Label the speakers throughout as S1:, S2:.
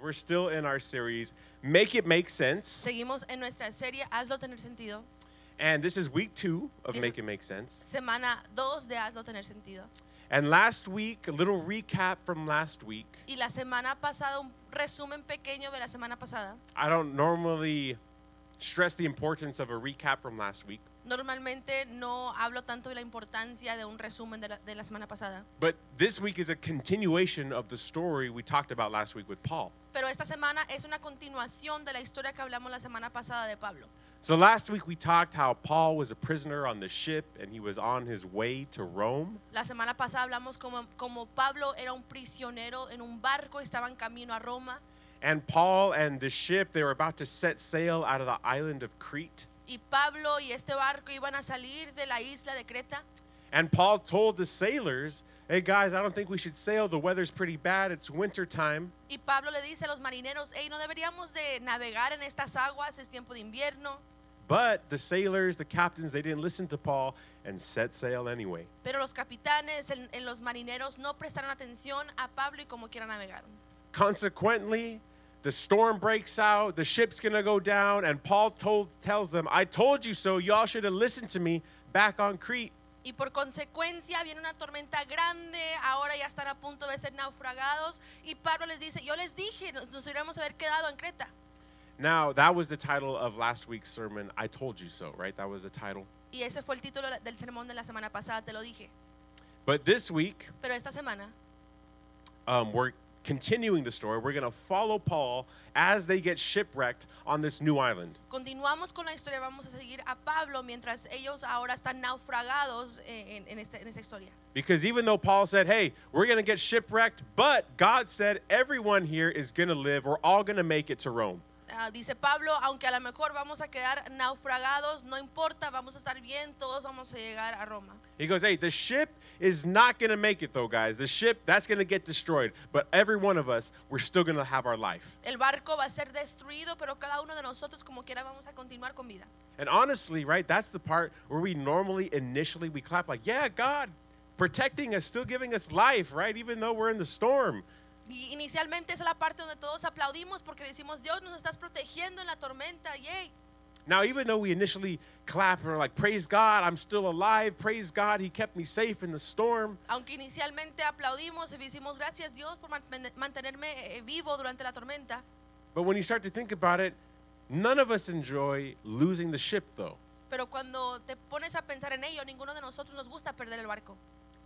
S1: We're still in our series, Make It Make Sense.
S2: Seguimos en nuestra serie Hazlo Tener Sentido,
S1: And this is week two of
S2: Yes.
S1: Make It Make Sense.
S2: semana 2 de Hazlo Tener Sentido.
S1: And last week, a little recap from last week.
S2: Y la semana pasada, un resumen pequeño de la semana pasada.
S1: I don't normally stress the importance of a recap from last week,
S2: Normalmente no hablo tanto de la importancia de un resumen de la, de la semana pasada,
S1: but this week is a continuation of the story we talked about last week with Paul.
S2: pero esta semana es una continuación de la historia que hablamos la semana pasada de Pablo.
S1: So last week we talked how Paul was a prisoner on the ship and he was on his way to Rome.
S2: La semana pasada hablamos como, como Pablo era un prisionero en un barco, estaba en camino a Roma,
S1: And Paul and the ship, they were about to set sail out of the island of Crete.
S2: y Pablo y este barco iban a salir de la isla de Creta.
S1: And Paul told the sailors, hey guys, I don't think we should sail. The weather's pretty bad. It's winter time.
S2: Y Pablo le dice a los marineros, hey, no deberíamos de navegar en estas aguas, es tiempo de invierno.
S1: But the sailors, the captains, they didn't listen to Paul and set sail anyway.
S2: Pero los capitanes, en, en los marineros no prestaron atención a Pablo y como quiera navegaron.
S1: Consequently, the storm breaks out, the ship's gonna go down, and Paul told, tells them, I told you so, y'all should have listened to me back on Crete.
S2: Y por consecuencia viene una tormenta grande, ahora ya están a punto de ser naufragados. Y Pablo les dice, yo les dije, nos, nos hubiéramos haber quedado en Creta.
S1: Now, that was the title of last week's sermon, I Told You So, right? That was the title.
S2: Y ese fue el título de la- del sermón de la semana pasada, te lo dije.
S1: But this week,
S2: Pero esta semana
S1: um, we're continuing the story. We're going to follow Paul as they get shipwrecked on this new island.
S2: continuamos con la historia, vamos a seguir a Pablo mientras ellos ahora están naufragados eh, en, en este- en esta historia.
S1: Because even though Paul said, hey, we're going to get shipwrecked, but God said everyone here is going to live. We're all going to make it to Rome.
S2: Ah, dice Pablo, aunque a lo mejor vamos a quedar naufragados, no importa, vamos a estar bien, todos vamos a llegar a Roma.
S1: He goes, hey, the ship is not going to make it, though, guys. The ship, that's going to get destroyed. But every one of us, we're still going to have our life.
S2: El barco va a ser destruido, pero cada uno de nosotros como quiera vamos a continuar con vida.
S1: And honestly, right, that's the part where we normally initially we clap like, yeah, God protecting us, still giving us life, right? Even though we're in the storm.
S2: Y inicialmente esa es la parte donde todos aplaudimos porque decimos, Dios nos estás protegiendo en la tormenta, yay.
S1: Now, even though we initially clap and are like, praise God, I'm still alive. Praise God, He kept me safe in the storm.
S2: Aunque inicialmente aplaudimos y decimos, gracias Dios por manten- mantenerme eh, vivo durante la tormenta,
S1: But when you start to think about it, none of us enjoy losing the ship, though.
S2: pero cuando te pones a pensar en ello, ninguno de nosotros nos gusta perder el barco.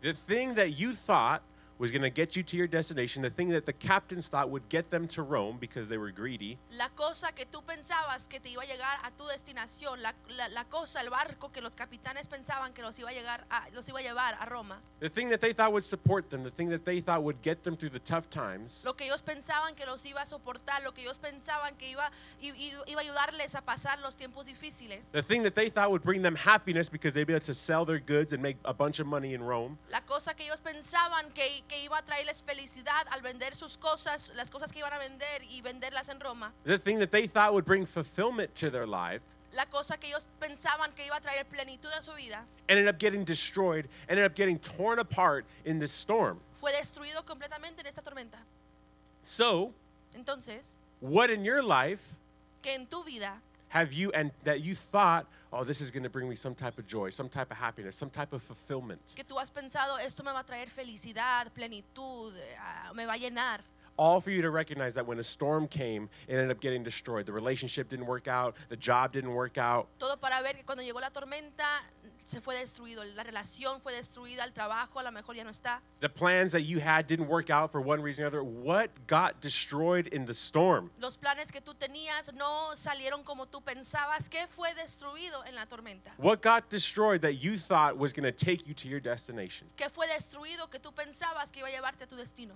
S1: The thing that you thought was going to get you to your destination, the thing that the captains thought would get them to Rome because they were greedy,
S2: La cosa que tú pensabas que te iba a llegar a tu destinación, la, la- la cosa, el barco que los capitanes pensaban que los iba a, llegar a- los iba a llevar a Roma,
S1: the thing that they thought would support them, the thing that they thought would get them through the tough times,
S2: lo que ellos pensaban que los iba a soportar, lo que ellos pensaban que iba, i- i- iba a ayudarles a pasar los tiempos difíciles,
S1: the thing that they thought would bring them happiness because they'd be able to sell their goods and make a bunch of money in Rome.
S2: la cosa que ellos pensaban que, que iba a traerles felicidad al vender sus cosas, las cosas que iban a vender y venderlas en Roma,
S1: the thing that they thought would bring fulfillment to their life
S2: la cosa que ellos pensaban que iba a traer plenitud a su vida,
S1: ended up getting destroyed, ended up getting torn apart in this storm.
S2: fue destruido completamente en esta tormenta.
S1: So,
S2: Entonces,
S1: what in your life
S2: que en tu vida
S1: have you and that you thought, oh, this is going to bring me some type of joy, some type of happiness, some type of fulfillment,
S2: que tú has pensado, esto me va a traer felicidad, plenitud, eh, ah, me va a llenar.
S1: all for you to recognize that when a storm came, it ended up getting destroyed. The relationship didn't work out, the job didn't work out,
S2: Todo para ver que cuando llegó la tormenta se fue destruido, la relación fue destruida, el trabajo a lo mejor ya no está,
S1: the plans that you had didn't work out for one reason or another. What got destroyed in the storm?
S2: los planes que tú tenías no salieron como tú pensabas, que fue destruido en la tormenta,
S1: What got destroyed that you thought was going to take you to your destination?
S2: que fue destruido que tú pensabas que iba a llevarte a tu destino.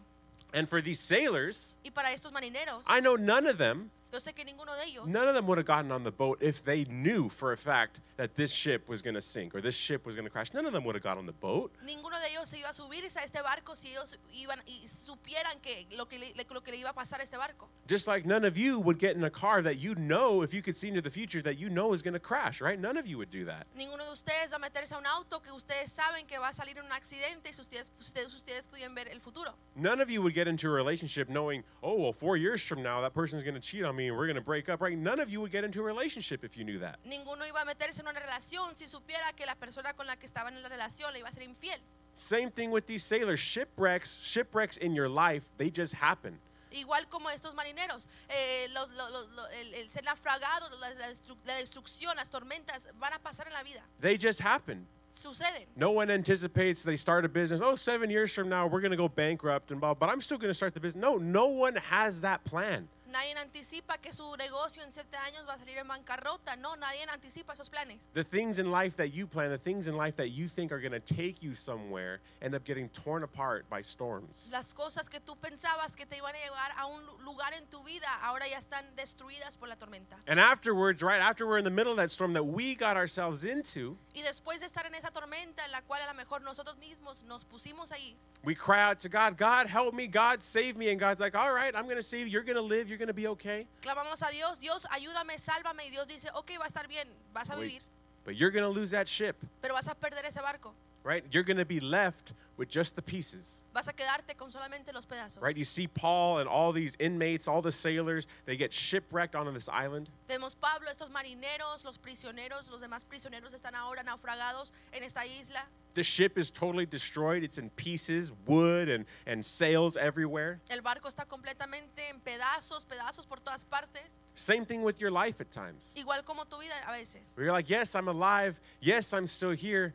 S1: And for these sailors,
S2: Y para estos marineros,
S1: I know none of them
S2: Yo sé que ninguno de ellos,
S1: None of them would have gotten on the boat if they knew for a fact that this ship was going to sink or this ship was going to crash. None of them would have got on the boat.
S2: ninguno de ellos se iba a subirse a este barco si ellos iban y supieran que lo que le, lo que le iba a pasar a este barco.
S1: Just like none of you would get in a car that you know, if you could see into the future, that you know is going to crash, right? None of you would do that.
S2: Ninguno de ustedes va a meterse a un auto que ustedes saben que va a salir en un accidente y si ustedes, ustedes, ustedes pudieran ver el futuro.
S1: None of you would get into a relationship knowing, oh, well, four years from now, that person's going to cheat on me and we're going to break up, right? None of you would get into a relationship if you knew that.
S2: Ninguno iba a meterse en una relación si supiera que la persona con la que estaban en la relación le iba a ser infiel.
S1: Same thing with these sailors. Shipwrecks, shipwrecks in your life, they just happen.
S2: Igual como estos marineros, eh, los- lo- lo- lo- el, el ser naufragado, la, la destru- la destrucción, las tormentas van a pasar en la vida,
S1: They just happen.
S2: suceden.
S1: No one anticipates they start a business. Oh, seven years from now, we're going to go bankrupt and blah, but I'm still going to start the business. No, no one has that plan.
S2: Nadie anticipa que su negocio en siete años va a salir en bancarrota. No, nadie anticipa esos planes.
S1: The things in life that you plan, the things in life that you think are going to take you somewhere, end up getting torn apart by storms.
S2: Las cosas que tú pensabas que te iban a llevar a un lu- lugar en tu vida ahora ya están destruidas por la tormenta.
S1: And afterwards, right after we're in the middle of that storm that we got ourselves into,
S2: Y después de estar en esa tormenta en la cual a lo mejor nosotros mismos nos pusimos ahí,
S1: we cry out to God, God, help me, God, save me. And God's like, all right, I'm going to save you. You're going to live. You're going to be okay.
S2: clamamos a Dios, Dios, ayúdame, sálvame. Y Dios dice, ok, va a estar bien, vas a
S1: Wait,
S2: vivir,
S1: But you're going to lose that ship,
S2: pero vas a perder ese barco.
S1: right? You're going to be left with just the pieces.
S2: Vas a quedarte con solamente los pedazos.
S1: Right? You see Paul and all these inmates, all the sailors, they get shipwrecked on this island.
S2: Vemos Pablo, estos marineros, los prisioneros, los demás prisioneros están ahora naufragados en esta isla.
S1: The ship is totally destroyed. It's in pieces, wood and, and sails everywhere.
S2: El barco está completamente en pedazos, pedazos por todas partes,
S1: Same thing with your life at times.
S2: igual como tu vida a veces.
S1: Where you're like, yes, I'm alive. Yes, I'm still here.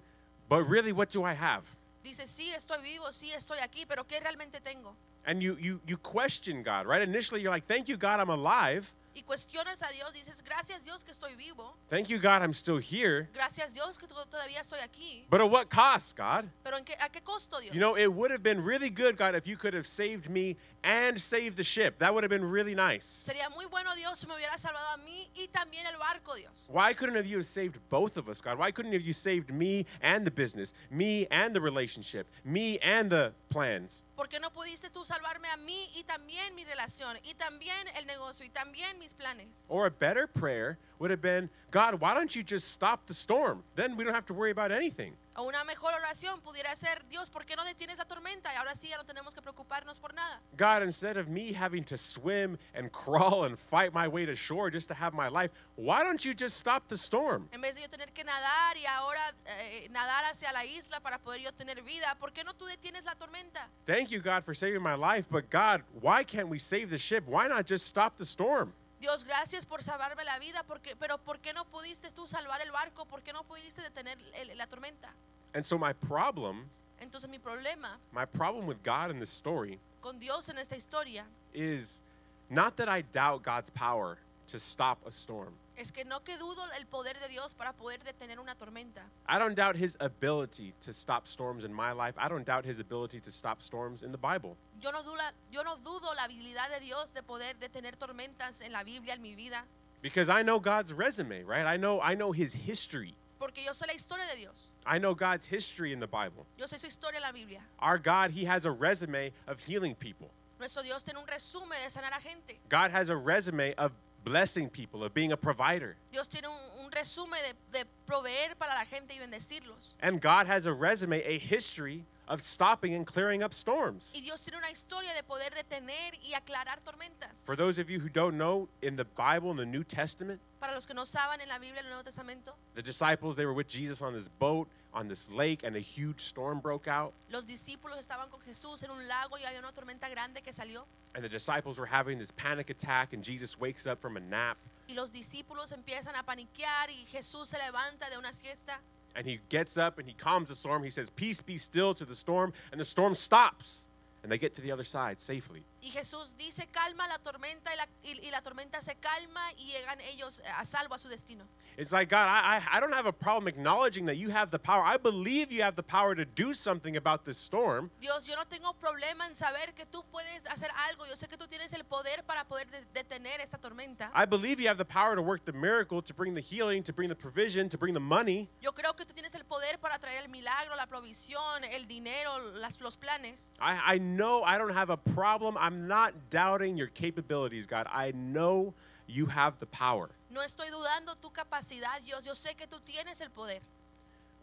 S1: But really, what do I have?
S2: Dices, sí, estoy vivo, sí, estoy aquí, pero ¿qué realmente tengo?
S1: And you, you, you question God, right? Initially, you're like, thank you, God, I'm alive.
S2: Y cuestionas a Dios, dices, gracias Dios que estoy vivo,
S1: Thank you, God, I'm still here.
S2: gracias Dios que to- todavía estoy aquí,
S1: But at what cost, God?
S2: pero ¿en qué, ¿a qué costo Dios?
S1: You know, it would have been really good, God, if you could have saved me and saved the ship. That would have been really nice.
S2: Sería muy bueno Dios si me hubiera salvado a mí y también el barco Dios.
S1: Why couldn't have you have saved both of us, God? Why couldn't have you saved me and the business, me and the relationship, me and the plans?
S2: ¿Por qué no pudiste tú salvarme a mí y también mi relación y también el negocio y también mis planes?
S1: Or a better prayer would have been, God, why don't you just stop the storm? Then we don't have to worry about anything.
S2: O una mejor oración pudiera ser, Dios, ¿por qué no detienes la tormenta? Y ahora sí ya no tenemos que preocuparnos por nada.
S1: God, instead of me having to swim and crawl and fight my way to shore just to have my life, why don't you just stop the storm?
S2: En vez de yo tener que nadar y ahora eh, nadar hacia la isla para poder yo tener vida, ¿por qué no tú detienes la tormenta?
S1: Thank you, God, for saving my life, but God, why can't we save the ship? Why not just stop the storm?
S2: Dios, gracias por salvarme la vida, porque, pero ¿por qué no pudiste tú salvar el barco? ¿Por qué no pudiste detener el- la tormenta?
S1: And so, my problem,
S2: Entonces mi problema
S1: my problem with God in this story
S2: con Dios en esta historia
S1: is not that I doubt God's power to stop a storm.
S2: es que no que dudo el poder de Dios para poder detener una tormenta.
S1: I don't doubt his ability to stop storms in my life. I don't doubt his ability to stop storms in the Bible.
S2: Yo no, duda- yo no dudo la habilidad de Dios de poder detener tormentas en la Biblia, en mi vida,
S1: Because I know God's resume, right? I know I know his history.
S2: porque yo sé la historia de Dios.
S1: I know God's history in the Bible.
S2: Yo sé su historia en la Biblia.
S1: Our God, he has a resume of healing people.
S2: Nuestro Dios tiene un resumen de sanar a gente.
S1: God has a resume of blessing people, of being a provider.
S2: Dios tiene un, un resumen de, de proveer para la gente y bendecirlos.
S1: And God has a resume, a history of stopping and clearing up storms.
S2: Y Dios tiene una historia de poder detener y aclarar tormentas.
S1: For those of you who don't know, in the Bible, in the New Testament,
S2: Para los que no saben, en la Biblia, en el Nuevo Testamento,
S1: The disciples, they were with Jesus on this boat, on this lake, and a huge storm broke out.
S2: los discípulos estaban con Jesús en un lago y había una tormenta grande que salió.
S1: And the disciples were having this panic attack, and Jesus wakes up from a nap,
S2: Y los discípulos empiezan a paniquear y Jesús se levanta de una siesta.
S1: and he gets up and he calms the storm. He says, Peace be still to the storm, and the storm stops. And they get to the other side safely.
S2: Y Jesús dice, calma la tormenta y la, y- y la tormenta se calma y llegan ellos eh, a salvo a su destino.
S1: It's like, God, I, I, I don't have a problem acknowledging that you have the power. I believe you have the power to do something about this storm.
S2: Dios, yo no tengo problema en saber que tú puedes hacer algo. Yo sé que tú tienes el poder para poder poder de- detener esta tormenta.
S1: I believe you have the power to work the miracle, to bring the healing, to bring the provision, to bring the money.
S2: Yo creo que tú tienes el poder para traer el milagro, la provisión, el dinero, las, los planes.
S1: I, I know I don't have a problem. I'm not doubting your capabilities, God. I know you have the power.
S2: No estoy dudando tu capacidad, Dios. Yo sé que tú tienes el poder.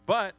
S1: But,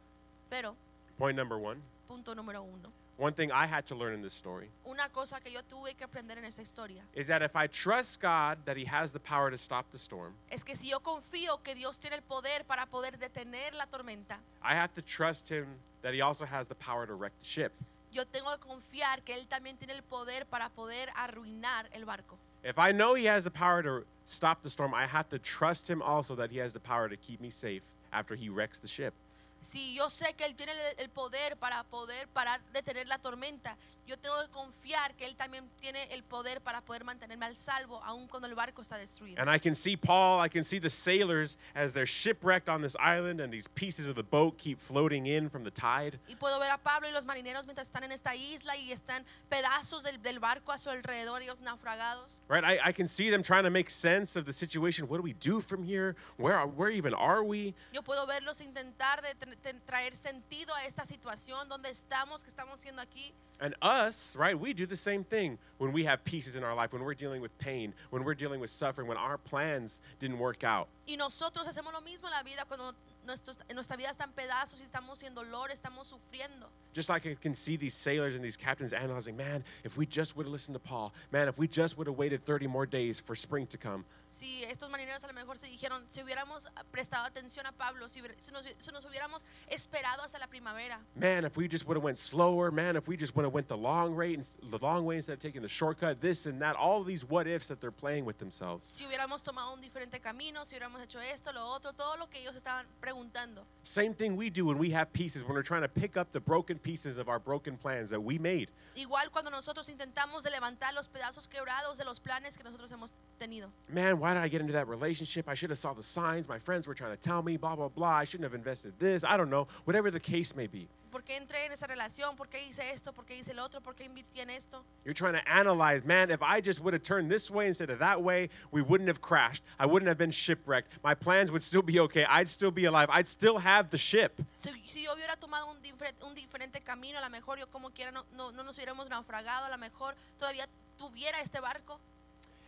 S2: Pero,
S1: point number one,
S2: punto número uno,
S1: one thing I had to learn in this story
S2: una cosa que yo tuve que aprender en esta historia
S1: is that if I trust God that He has the power to stop the storm,
S2: es que si yo confío que Dios tiene el poder para poder detener la tormenta,
S1: I have to trust Him that He also has the power to wreck the ship.
S2: yo tengo que confiar que Él también tiene el poder para poder arruinar el barco.
S1: If I know He has the power to stop the storm, I have to trust Him also that He has the power to keep me safe after He wrecks the ship.
S2: Si yo sé que Él tiene el- el poder para poder parar, detener la tormenta, yo tengo que confiar que Él también tiene el poder para poder mantenerme al salvo, aun cuando el barco está destruido.
S1: And I can see Paul, I can see the sailors as they're shipwrecked on this island and these pieces of the boat keep floating in from the tide.
S2: Y puedo ver a Pablo y los marineros mientras están en esta isla y están pedazos del, del barco a su alrededor, ellos naufragados.
S1: Right? I, I can see them trying to make sense of the situation. What do we do from here? Where, are, where even are we?
S2: Yo puedo verlos intentar de tra- de traer sentido a esta situación, donde estamos, qué estamos haciendo aquí.
S1: And us, right, we do the same thing when we have pieces in our life, when we're dealing with pain, when we're dealing with suffering, when our plans didn't work out.
S2: Y nosotros hacemos lo mismo en la vida cuando nuestros- nuestra vida está en pedazos y estamos en dolor, estamos sufriendo.
S1: Just like I can see these sailors and these captains analyzing, man, if we just would have listened to Paul, man, if we just would have waited 30 more days for spring to come,
S2: Si estos marineros a lo mejor se dijeron, si hubiéramos prestado atención a Pablo, si, hubiera- si nos, si nos hubiéramos esperado hasta la primavera,
S1: man, if we just would have went slower, man, if we just would have went the long rate, ins- the long way instead of taking the shortcut, this and that, all these what ifs that they're playing with themselves.
S2: si hubiéramos tomado un diferente camino, si hubiéramos hecho esto, lo otro, todo lo que ellos estaban preguntando.
S1: Same thing we do when we have pieces, when we're trying to pick up the broken pieces of our broken plans that we made.
S2: Igual cuando nosotros intentamos de levantar los pedazos quebrados de los planes que nosotros hemos tenido.
S1: Man, why did I get into that relationship? I should have saw the signs. My friends were trying to tell me, blah blah blah. I shouldn't have invested this. I don't know. Whatever the case may be,
S2: ¿Por qué entré en esa relación? ¿Por qué hice esto? ¿Por qué hice el otro? ¿Por qué invirtí en esto?
S1: you're trying to analyze. Man, if I just would have turned this way instead of that way, we wouldn't have crashed. I wouldn't have been shipwrecked. My plans would still be okay. I'd still be alive. I'd still have the ship.
S2: Si, si yo hubiera tomado un, difer- un diferente camino, a lo mejor yo como quiera no, no, no nos hubiéramos naufragado, a lo mejor todavía tuviera este barco.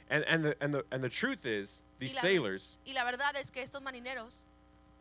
S1: And and the and the and the truth is, these
S2: y, la,
S1: sailors,
S2: y la verdad es que estos marineros,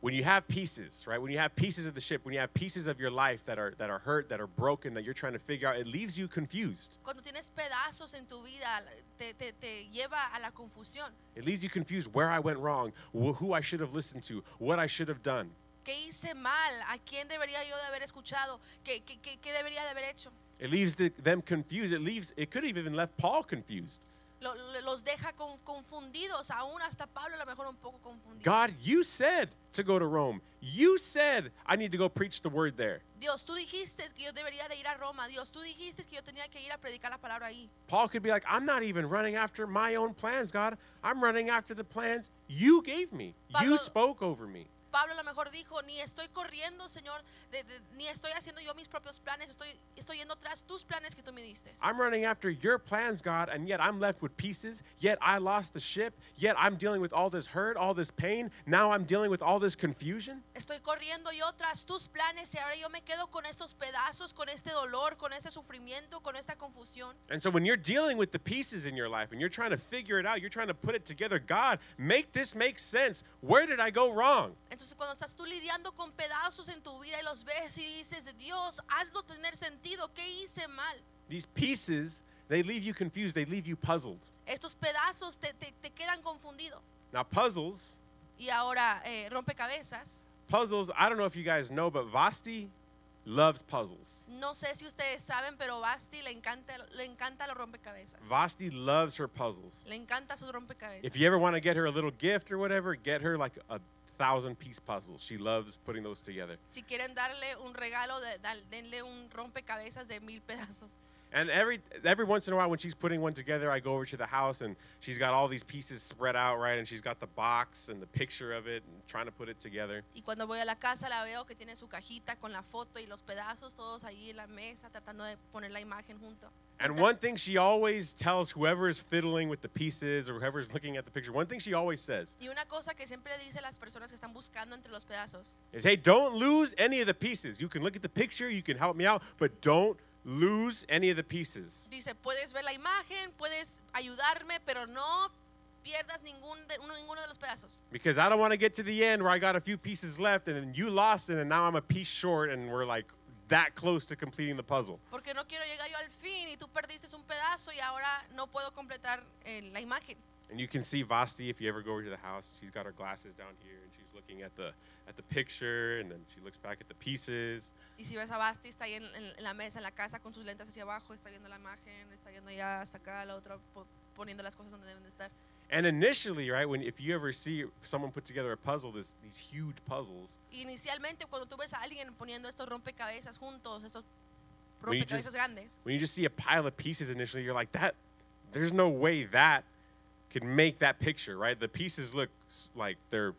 S1: when you have pieces, right? When you have pieces of the ship, when you have pieces of your life that are that are hurt, that are broken, that you're trying to figure out, it leaves you confused.
S2: cuando tienes pedazos en tu vida, te, te- te lleva a la confusión.
S1: It leaves you confused where I went wrong, wh- who I should have listened to, what I should have done.
S2: ¿Qué hice mal? ¿A quién debería yo de haber escuchado? ¿Qué, qué, qué- qué debería de haber hecho?
S1: It leaves the, them confused. It leaves. It could have even left Paul confused.
S2: Lo- lo- los deja con- confundidos, aún hasta Pablo a lo mejor un poco confundido.
S1: God, you said to go to Rome. You said I need to go preach the word there.
S2: Dios, tú dijiste que yo debería de ir a Roma. Dios, tú dijiste que yo tenía que ir a predicar la palabra ahí.
S1: Paul could be like, I'm not even running after my own plans, God. I'm running after the plans you gave me.
S2: Pablo-
S1: you spoke over me.
S2: Pablo a lo mejor dijo, ni estoy corriendo, Señor, de- de- ni estoy haciendo yo mis propios planes, estoy, estoy yendo tras tus planes que tú me diste.
S1: I'm running after your plans, God, and yet I'm left with pieces. Yet I lost the ship. Yet I'm dealing with all this hurt, all this pain. Now I'm dealing with all this confusion.
S2: Estoy corriendo yo tras tus planes y ahora yo me quedo con estos pedazos, con este dolor, con este sufrimiento, con esta confusión.
S1: And so when you're dealing with the pieces in your life and you're trying to figure it out, you're trying to put it together, God, make this make sense. Where did I go wrong?
S2: Entonces cuando estás tú lidiando con pedazos en tu vida y los ves y dices, Dios, hazlo tener sentido, ¿qué hice mal?
S1: These pieces, they leave you confused, they leave you puzzled.
S2: Estos pedazos te, te- te quedan confundido.
S1: Now, puzzles,
S2: Y ahora eh, rompecabezas.
S1: puzzles, I don't know if you guys know, but Vasti loves puzzles.
S2: No sé si ustedes saben, pero Basti le encanta, le encanta los rompecabezas.
S1: Vasti loves her puzzles.
S2: Le encanta sus rompecabezas.
S1: If you ever want to get her a little gift or whatever, get her like a thousand piece puzzle. She loves putting those together.
S2: Si quieren darle un regalo, de- dal- denle un rompecabezas de mil pedazos.
S1: And every every once in a while, when she's putting one together, I go over to the house and she's got all these pieces spread out, right? And she's got the box and the picture of it and trying to put it together.
S2: Y cuando voy a la casa la veo que tiene su cajita con la foto y los pedazos todos ahí en la mesa tratando de poner la imagen junto.
S1: And one thing she always tells whoever is fiddling with the pieces or whoever's looking at the picture, one thing she always says
S2: Y una cosa que siempre dice las personas que están buscando entre los pedazos,
S1: is, "Hey, don't lose any of the pieces. You can look at the picture, you can help me out, but don't lose any of the pieces."
S2: dice, puedes ver la imagen, puedes ayudarme, pero no pierdas ningún de, uno- ninguno de los pedazos.
S1: Because I don't want to get to the end where I got a few pieces left and then you lost it and now I'm a piece short and we're like that close to completing the puzzle.
S2: Porque no quiero llegar yo al fin y tú perdiste un pedazo y ahora no puedo completar eh, la imagen.
S1: And you can see Vasti if you ever go over to the house. She's got her glasses down here and she's looking at the at the picture and then she looks back at the pieces.
S2: Y si ves a Basti, está ahí en, en- en la mesa, en la casa, con sus lentes hacia abajo, está viendo la imagen, está viendo ya hasta acá, la otra po- poniendo las cosas donde deben de estar.
S1: And initially, right, when if you ever see someone put together a puzzle, this, these huge puzzles,
S2: Inicialmente, cuando tú ves a alguien poniendo estos rompecabezas juntos, estos
S1: When you
S2: rompecabezas
S1: just-
S2: grandes,
S1: when you just see a pile of pieces initially, you're like, that there's no way that could make that picture, right? The pieces look s- like they're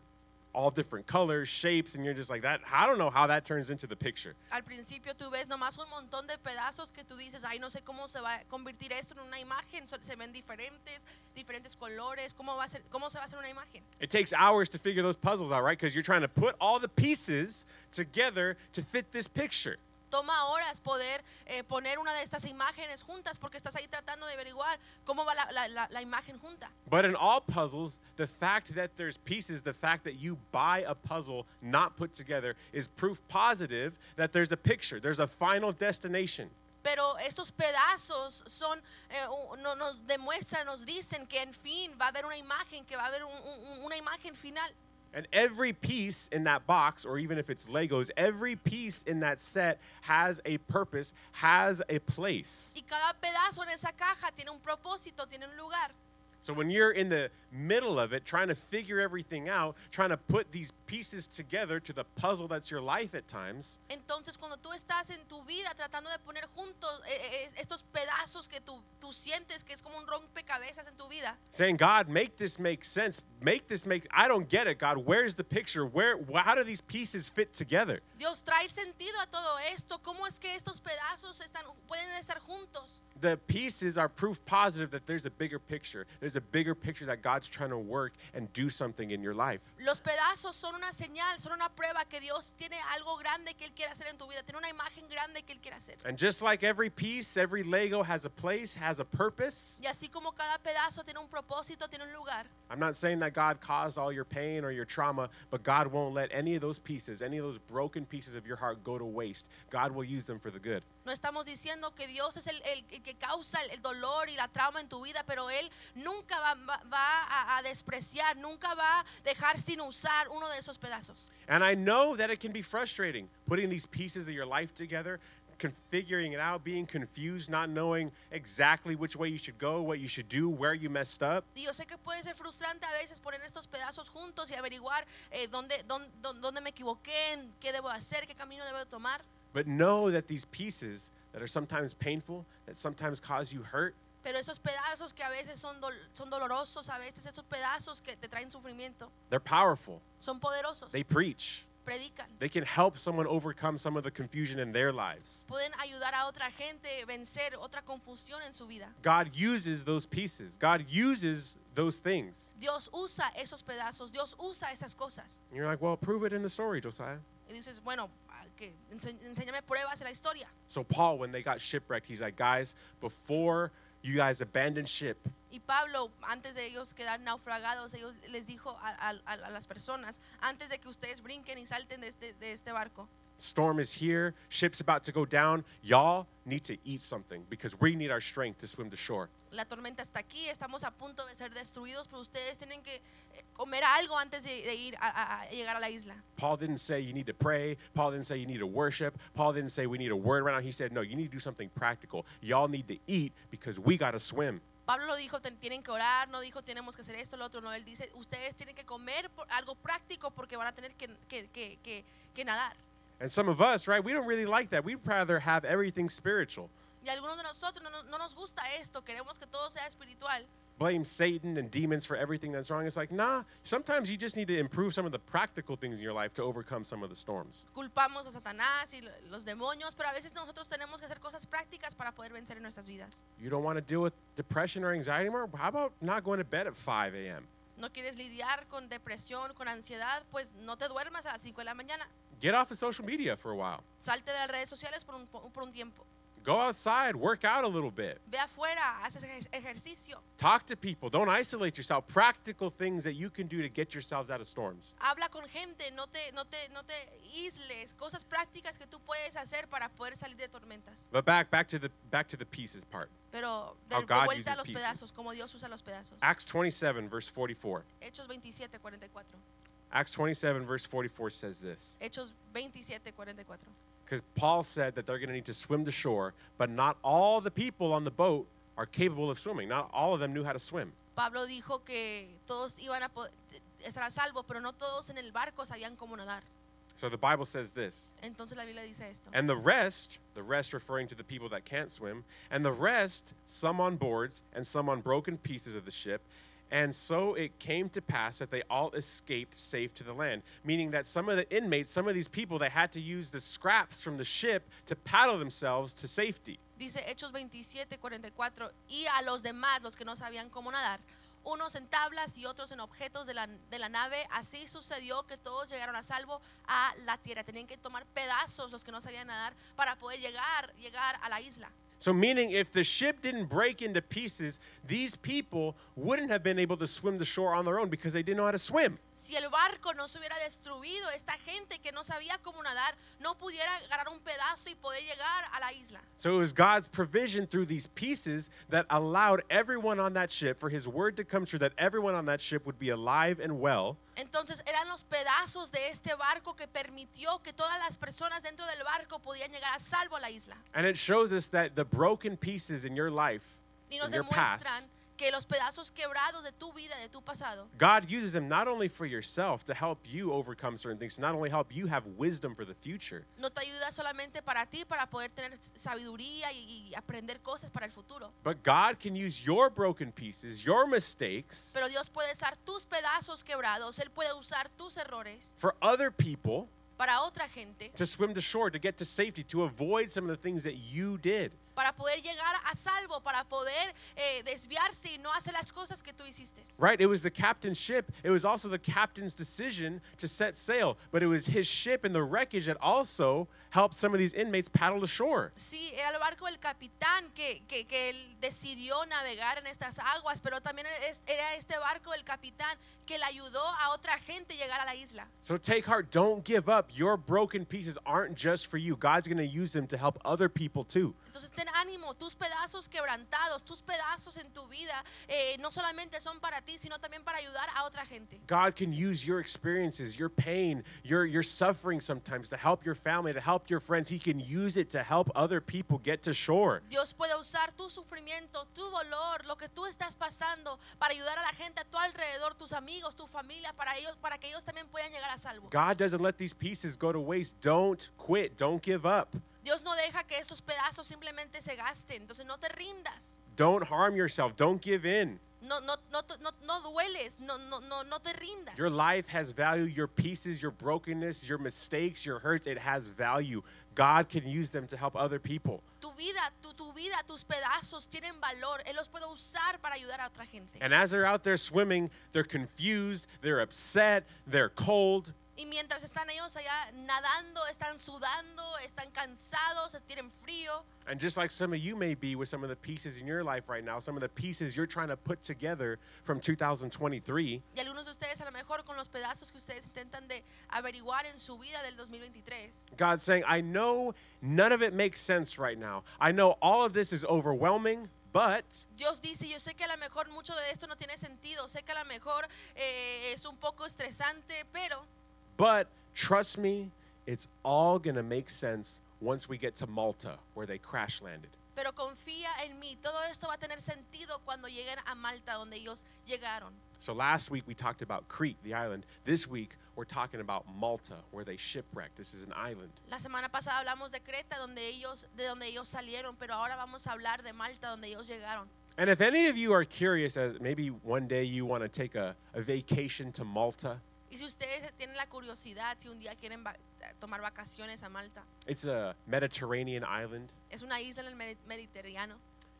S1: all different colors, shapes, and you're just like that. I don't know how that turns into the picture.
S2: al principio tú ves nomás un montón de pedazos que tú dices, ay, no sé cómo se va a convertir esto en una imagen, so- se ven diferentes, diferentes colores, ¿cómo, va a ser, cómo se va a hacer una imagen?
S1: It takes hours to figure those puzzles out, right? Because you're trying to put all the pieces together to fit this picture.
S2: Toma horas poder eh, poner una de estas imágenes juntas porque estás ahí tratando de averiguar cómo va la- la- la- la imagen junta.
S1: But in all puzzles, the fact that there's pieces, the fact that you buy a puzzle not put together is proof positive that there's a picture, there's a final destination.
S2: Pero estos pedazos son, eh, u- no- nos demuestran, nos dicen que en fin va a haber una imagen, que va a haber un- un- una imagen final.
S1: And every piece in that box, or even if it's Legos, every piece in that set has a purpose, has a place.
S2: Y cada pedazo en esa caja tiene un propósito, tiene un lugar.
S1: So when you're in the middle of it, trying to figure everything out, trying to put these pieces together to the puzzle that's your life at times,
S2: Entonces cuando tú estás en tu vida tratando de poner juntos eh, eh, es- estos pedazos que tú, tú sientes que es como un rompecabezas en tu vida,
S1: saying, God, make this make sense. Make this make, I don't get it, God. Where's the picture? Where, wh- how do these pieces fit together?
S2: Dios trae sentido a todo esto. ¿Cómo es que estos pedazos están, pueden estar juntos?
S1: The pieces are proof positive that there's a bigger picture. There's a bigger picture that God's trying to work and do something in your life.
S2: Los pedazos son una señal, son una prueba que Dios tiene algo grande que Él quiere hacer en tu vida, tiene una imagen grande que Él quiere hacer.
S1: And just like every piece, every Lego has a place, has a purpose.
S2: Y así como cada pedazo tiene un propósito, tiene un lugar.
S1: I'm not saying that God caused all your pain or your trauma, but God won't let any of those pieces, any of those broken pieces of your heart go to waste. God will use them for the good.
S2: No estamos diciendo que Dios es el, el- el que causa el, el dolor y la trauma en tu vida, pero Él nunca va, va- va a, a despreciar, nunca va a dejar sin usar uno de esos pedazos.
S1: And I know that it can be frustrating putting these pieces of your life together, configuring it out, being confused, not knowing exactly which way you should go, what you should do, where you messed up.
S2: Y yo sé que puede ser frustrante a veces poner estos pedazos juntos y averiguar eh, dónde, dónde, dónde me equivoqué, en qué debo hacer, qué camino debo tomar.
S1: But know that these pieces that are sometimes painful, that sometimes cause you hurt,
S2: Pero esos pedazos que a veces son, dol- son dolorosos, a veces esos pedazos que te traen sufrimiento,
S1: they're powerful.
S2: son poderosos,
S1: They preach.
S2: predican,
S1: They can help someone overcome some of the confusion in their lives.
S2: pueden ayudar a otra gente a vencer otra confusión en su vida.
S1: God uses those pieces. God uses those things.
S2: Dios usa esos pedazos, Dios usa esas cosas.
S1: And you're like, well, prove it in the story, Josiah.
S2: Y dices, bueno, ah, que ense- enséñame pruebas en la historia.
S1: So Paul, when they got shipwrecked, he's like, guys, before you guys abandon ship,
S2: Y Pablo, antes de ellos quedar naufragados, ellos les dijo a, a- a- a las personas, antes de que ustedes brinquen y salten de este, de este barco,
S1: storm is here, ship's about to go down. Y'all need to eat something because we need our strength to swim to shore.
S2: la tormenta está aquí, estamos a punto de ser destruidos, pero ustedes tienen que eh, comer algo antes de, de ir a, a- a llegar a la isla.
S1: Paul didn't say you need to pray. Paul didn't say you need to worship. Paul didn't say we need a word right now. He said, no, you need to do something practical. Y'all need to eat because we got to swim.
S2: Pablo lo dijo, "Ten- tienen que orar, no dijo, tenemos que hacer esto, lo otro, no, él dice, ustedes tienen que comer por- algo práctico porque van a tener que, que- que- que- que nadar.
S1: And some of us, right, we don't really like that. We'd rather have everything spiritual.
S2: Y algunos de nosotros no, no- no nos gusta esto, queremos que todo sea espiritual.
S1: Blame Satan and demons for everything that's wrong. It's like, nah, sometimes you just need to improve some of the practical things in your life to overcome some of the storms.
S2: Culpamos a Satanás y lo- los demonios, pero a veces nosotros tenemos que hacer cosas prácticas para poder vencer en nuestras vidas.
S1: You don't want to deal with depression or anxiety anymore? How about not going to bed at 5 a.m.?
S2: No quieres lidiar con depresión, con ansiedad, pues no te duermas a las 5 de la mañana.
S1: Get off of social media for a while.
S2: Salte de las redes sociales por un, po- por un tiempo.
S1: Go outside, work out a little bit.
S2: Ve afuera, haces ejer- ejercicio.
S1: Talk to people. Don't isolate yourself. Practical things that you can do to get yourselves out of storms.
S2: Habla con gente, no te, no te, no te isles. Cosas prácticas que tú puedes hacer para poder salir de tormentas.
S1: But back back to the back to the pieces part.
S2: Pero de,
S1: How
S2: de
S1: God
S2: vuelta a
S1: uses
S2: los
S1: pieces. Ah.
S2: pedazos, como Dios usa los pedazos.
S1: Acts 27 verse 44.
S2: Hechos 27, 44.
S1: Acts 27 verse 44 says this.
S2: Hechos 27, 44.
S1: Because Paul said that they're going to need to swim to shore, but not all the people on the boat are capable of swimming. Not all of them knew how to swim.
S2: Pablo dijo que todos iban a po- estar a salvo, pero no todos en el barco sabían cómo nadar.
S1: So the Bible says this.
S2: Entonces la Biblia dice esto.
S1: And the rest, the rest referring to the people that can't swim, and the rest, some on boards and some on broken pieces of the ship. And so it came to pass that they all escaped safe to the land, meaning that some of the inmates, some of these people, they had to use the scraps from the ship to paddle themselves to safety.
S2: Dice Hechos 27, 44, y a los demás, los que no sabían cómo nadar, unos en tablas y otros en objetos de la, de la nave, así sucedió que todos llegaron a salvo a la tierra. Tenían que tomar pedazos los que no sabían nadar para poder llegar, llegar a la isla.
S1: So, meaning if the ship didn't break into pieces, these people wouldn't have been able to swim the shore on their own because they didn't know how to swim.
S2: Si el barco no se hubiera destruido, esta gente que no sabía cómo nadar no pudiera agarrar un pedazo y poder llegar a la isla.
S1: So, it was God's provision through these pieces that allowed everyone on that ship for his word to come true, that everyone on that ship would be alive and well,
S2: Entonces eran los pedazos de este barco que permitió que todas las personas dentro del barco pudieran llegar a salvo a la isla.
S1: and it shows us that the broken pieces in your life,
S2: y
S1: in
S2: nos
S1: your past,
S2: demuestran que los pedazos quebrados de tu vida, de tu pasado,
S1: God uses them not only for yourself to help you overcome certain things, to not only help you have wisdom for the future,
S2: no te ayuda solamente para ti, para poder tener sabiduría y, y aprender cosas para el futuro.
S1: but God can use your broken pieces, your mistakes,
S2: Pero Dios puede usar tus pedazos quebrados, Él puede usar tus errores
S1: for other people
S2: para otra gente,
S1: to swim to shore, to get to safety, to avoid some of the things that you did.
S2: para poder llegar a salvo, para poder eh, desviarse y no hacer las cosas que tú hiciste.
S1: Right? It was the captain's ship. It was also the captain's decision to set sail, but it was his ship and the wreckage that also helped some of these inmates paddle to shore.
S2: Sí, era el barco del capitán que, que- que él decidió navegar en estas aguas, pero también es- era este barco del capitán que le ayudó a otra gente llegar a la isla.
S1: So take heart, don't give up. Your broken pieces aren't just for you. God's going to use them to help other people too.
S2: Entonces ten ánimo, tus pedazos quebrantados, tus pedazos en tu vida, eh, no solamente son para ti, sino también para ayudar a otra gente.
S1: God can use your experiences, your pain, your your suffering sometimes to help your family, to help your friends. He can use it to help other people get to shore.
S2: Dios puede usar tu sufrimiento, tu dolor, lo que tú estás pasando para ayudar a la gente a tu alrededor, tus amigos, tu familia, para ellos, para que ellos también puedan llegar a salvo.
S1: God doesn't let these pieces go to waste. Don't quit. Don't give up.
S2: Dios no deja que estos pedazos simplemente se gasten, entonces no te rindas.
S1: Don't harm yourself. Don't give in.
S2: No, no, no, te- no, no dueles, no, no, no, no te rindas.
S1: Your life has value. Your pieces, your brokenness, your mistakes, your hurts, it has value. God can use them to help other people.
S2: Tu vida, tu, tu vida, tus pedazos tienen valor. Él los puede usar para ayudar a otra gente.
S1: And as they're out there swimming, they're confused, they're upset, they're cold.
S2: Y mientras están ellos allá nadando, están sudando, están cansados, tienen frío.
S1: And just like some of you may be with some of the pieces in your life right now, some of the pieces you're trying to put together from 2023,
S2: Y algunos de ustedes a lo mejor con los pedazos que ustedes intentan de averiguar en su vida del 2023.
S1: God's saying, I know none of it makes sense right now. I know all of this is overwhelming, but
S2: Dios dice, yo sé que a lo mejor mucho de esto no tiene sentido, sé que a lo mejor eh, es un poco estresante, pero
S1: but trust me, it's all gonna make sense once we get to Malta where they crash landed.
S2: pero confía en mí, todo esto va a tener sentido cuando lleguen a Malta, donde ellos llegaron.
S1: So last week we talked about Crete, the island. This week We're talking about Malta, where they shipwrecked. This is an island.
S2: La semana pasada hablamos de Creta, donde ellos, de donde ellos salieron, pero ahora vamos a hablar de Malta, donde ellos llegaron.
S1: And if any of you are curious, as maybe one day you want to take a, a vacation to Malta,
S2: Y si ustedes tienen la curiosidad, si un día quieren va- tomar vacaciones a Malta,
S1: it's a Mediterranean island.
S2: es una isla en el Medi- Mediterráneo.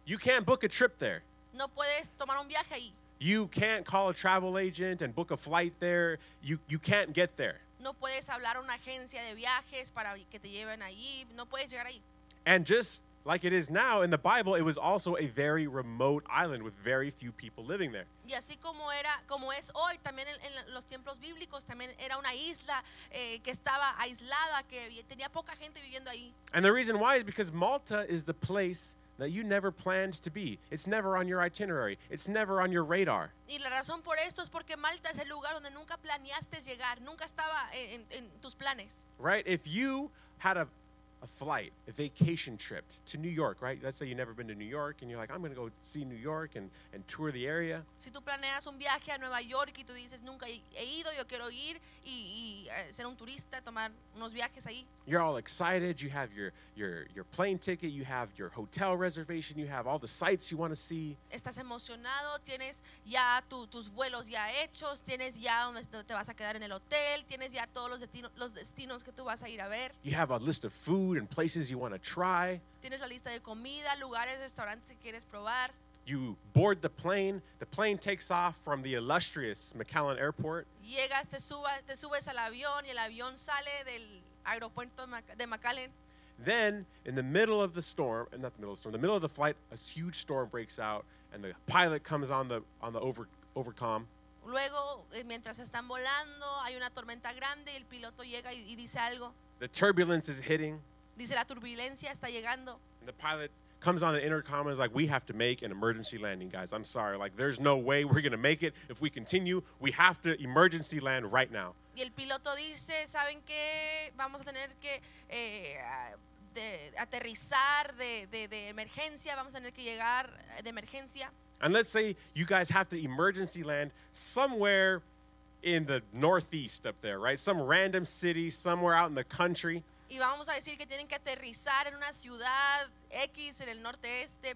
S1: You can't book a trip there.
S2: No puedes tomar un viaje ahí.
S1: You can't call a travel agent and book a flight there. You, you can't get there.
S2: No puedes hablar a una agencia de viajes para que te lleven allí. No puedes llegar ahí.
S1: And just like it is now in the Bible, it was also a very remote island with very few people living there.
S2: Y así como era, como es hoy, también en, en la- los tiempos bíblicos también era una isla eh, que estaba aislada, que vi- tenía poca gente viviendo ahí.
S1: And the reason why is because Malta is the place that you never planned to be. It's never on your itinerary, it's never on your radar.
S2: Y la razón por esto es porque Malta es el lugar donde nunca planeaste llegar, nunca estaba en, en- en tus planes.
S1: right? If you had a, a flight, a vacation trip to New York, right? Let's say you've never been to New York and you're like, I'm going to go see New York and, and tour the area.
S2: Si tú planeas un viaje a Nueva York y tú dices, nunca he he ido, yo quiero ir y, y, eh, ser un turista, tomar unos viajes ahí.
S1: You're all excited. You have your, your, your plane ticket, you have your hotel reservation, you have all the sights you want to see.
S2: Estás emocionado, tienes ya tu- tus vuelos ya hechos, tienes ya donde est- te vas a quedar en el hotel, tienes ya todos los destinos, los destinos que tú vas a ir a ver,
S1: You have a list of food and places you want to try.
S2: tienes la lista de comida, lugares, restaurantes que quieres probar.
S1: You board the plane. The plane takes off from the illustrious McAllen Airport.
S2: Llegas, te, suba- te subes al avión y el avión sale del aeropuerto de Mac- de McAllen.
S1: Then, in the middle of the storm, and not the middle of the storm, the middle of the flight, a huge storm breaks out, and the pilot comes on the on the over overcom,
S2: Luego, eh, mientras están volando, hay una tormenta grande y el piloto llega y, y dice algo.
S1: the turbulence is hitting,
S2: Dice, la turbulencia está llegando.
S1: and the pilot comes on the intercom and is like, "We have to make an emergency landing, guys. I'm sorry, like there's no way we're gonna make it if we continue. We have to emergency land right now."
S2: Y el piloto dice, ¿saben qué? Vamos a tener que eh, a- de- aterrizar de, de- de emergencia, vamos a tener que llegar eh, de emergencia.
S1: And let's say you guys have to emergency land somewhere in the northeast up there, right? Some random city, somewhere out in the country.
S2: Y vamos a decir que tienen que aterrizar en una ciudad X en el norte este,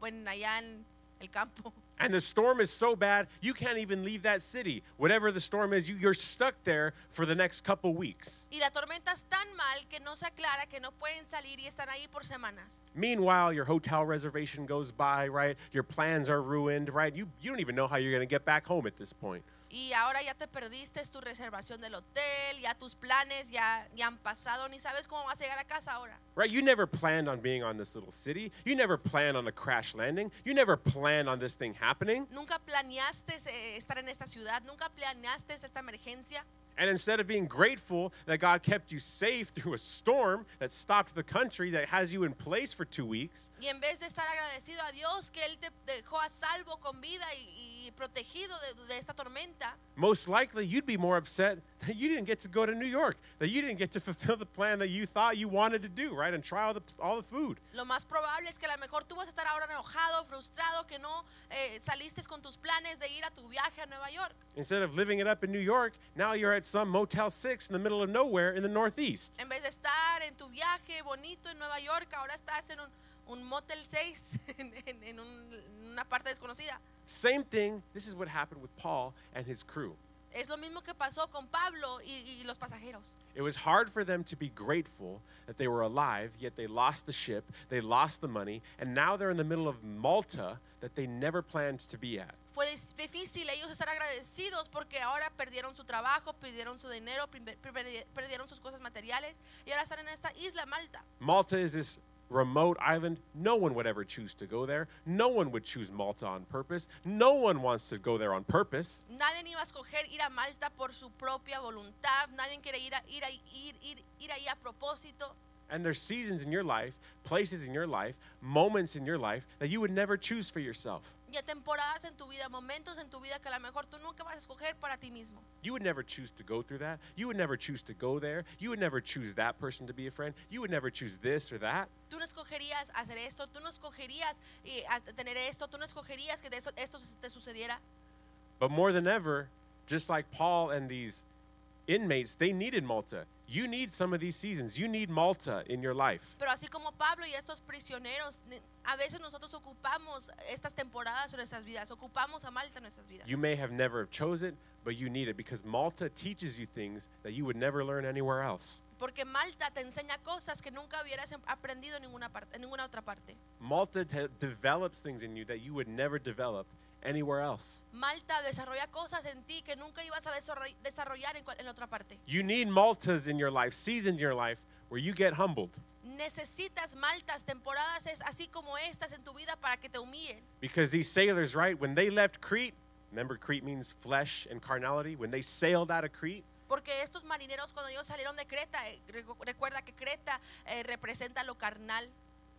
S2: bueno, allá en el campo.
S1: And the storm is so bad, you can't even leave that city. Whatever the storm is, you, you're stuck there for the next couple weeks.
S2: Y la tormenta es tan mal que no se aclara, que no pueden salir y están ahí por semanas.
S1: Meanwhile, your hotel reservation goes by, right? Your plans are ruined, right? You, you don't even know how you're going to get back home at this point.
S2: Y ahora ya te perdiste tu reservación del hotel, ya tus planes ya, ya han pasado, ni sabes cómo vas a llegar a casa ahora.
S1: Right? You never planned on being on this little city. You never planned on a crash landing. You never planned on this thing happening.
S2: Nunca planeaste eh, estar en esta ciudad, nunca planeaste esta emergencia.
S1: And instead of being grateful that God kept you safe through a storm that stopped the country, that has you in place for two weeks,
S2: Y en vez de estar agradecido a Dios que Él te dejó a salvo, con vida y, y protegido de, de esta tormenta,
S1: most likely you'd be more upset that you didn't get to go to New York, that you didn't get to fulfill the plan that you thought you wanted to do, right? And try all the, all the food.
S2: lo más probable es que a lo mejor tú vas a estar ahora enojado, frustrado, que no eh, saliste con tus planes de ir a tu viaje a Nueva York.
S1: Instead of living it up in New York, now you're at some Motel 6 in the middle of nowhere in the Northeast.
S2: En vez de estar en tu viaje bonito en Nueva York, ahora estás en un, un Motel 6, en, en- en un- en una parte desconocida.
S1: Same thing, this is what happened with Paul and his crew.
S2: Es lo mismo que pasó con Pablo y- y los pasajeros.
S1: It was hard for them to be grateful that they were alive, yet they lost the ship, they lost the money, and now they're in the middle of Malta that they never planned to be at.
S2: Fue dis- difícil ellos estar agradecidos porque ahora perdieron su trabajo, perdieron su dinero, prim- perdi- perdieron sus cosas materiales y ahora están en esta isla Malta.
S1: Malta is this remote island. No one would ever choose to go there. No one would choose Malta on purpose. No one wants to go there on purpose.
S2: Nadie iba a escoger ir a Malta por su propia voluntad, nadie quiere ir, a- ir, ahí- ir, ir, ir ahí a propósito.
S1: And there's seasons in your life, places in your life, moments in your life that you would never choose for yourself.
S2: Y hay temporadas en tu vida, momentos en tu vida que a lo mejor tú nunca vas a escoger para ti mismo.
S1: You would never choose to go through that. You would never choose to go there. You would never choose that person to be a friend. You would never choose this or that.
S2: Tú no escogerías hacer esto, tú no escogerías eh, a- tener esto, tú no escogerías que de esto, esto te sucediera.
S1: But more than ever, just like Paul and these inmates, they needed Malta. You need some of these seasons. You need Malta in your life.
S2: Pero así como Pablo y estos prisioneros, ne- a veces nosotros ocupamos estas temporadas en nuestras vidas, ocupamos a Malta en nuestras vidas.
S1: You may have never have chose it, but you need it because Malta teaches you things that you would never learn anywhere else.
S2: Porque Malta te enseña cosas que nunca hubieras em- aprendido en ninguna, parte, en ninguna otra parte.
S1: Malta te- develops things in you that you would never develop anywhere else.
S2: Malta desarrolla cosas en ti que nunca ibas a desarroll- desarrollar en, cual- en otra parte.
S1: You need Maltas in your life, seasons in your life where you get humbled
S2: Necesitas Maltas, temporadas es así como estas en tu vida para que te humillen.
S1: because these sailors, right, when they left Crete, remember Crete means flesh and carnality, when they sailed out of Crete,
S2: Porque estos marineros cuando ellos salieron de Creta, eh, recu- recuerda que Creta eh, representa lo carnal.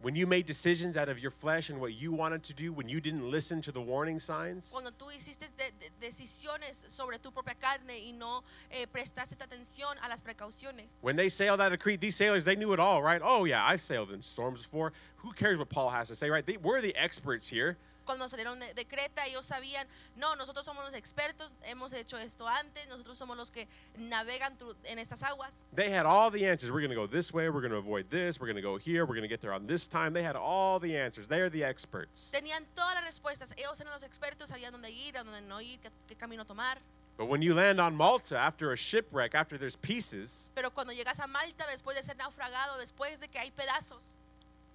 S1: when you made decisions out of your flesh and what you wanted to do, when you didn't listen to the warning signs,
S2: Cuando tú hiciste de- de- decisiones sobre tu propia carne y no eh, prestaste atención a las precauciones.
S1: When they sailed out of Crete, these sailors, they knew it all, right? Oh, yeah, I've sailed in storms before. Who cares what Paul has to say, right? They, we're the experts here.
S2: Cuando salieron de, de Creta, ellos sabían, no, nosotros somos los expertos, hemos hecho esto antes, nosotros somos los que navegan tu- en estas aguas.
S1: They had all the answers. We're going to go this way. We're going to avoid this. We're going to go here. We're going to get there on this time. They had all the answers. They're the experts.
S2: Tenían todas las respuestas, ellos eran los expertos, sabían dónde ir, a dónde no ir, qué, qué camino tomar.
S1: But when you land on Malta after a shipwreck, after there's pieces,
S2: Pero cuando llegas a Malta, después de ser naufragado, después de que hay pedazos,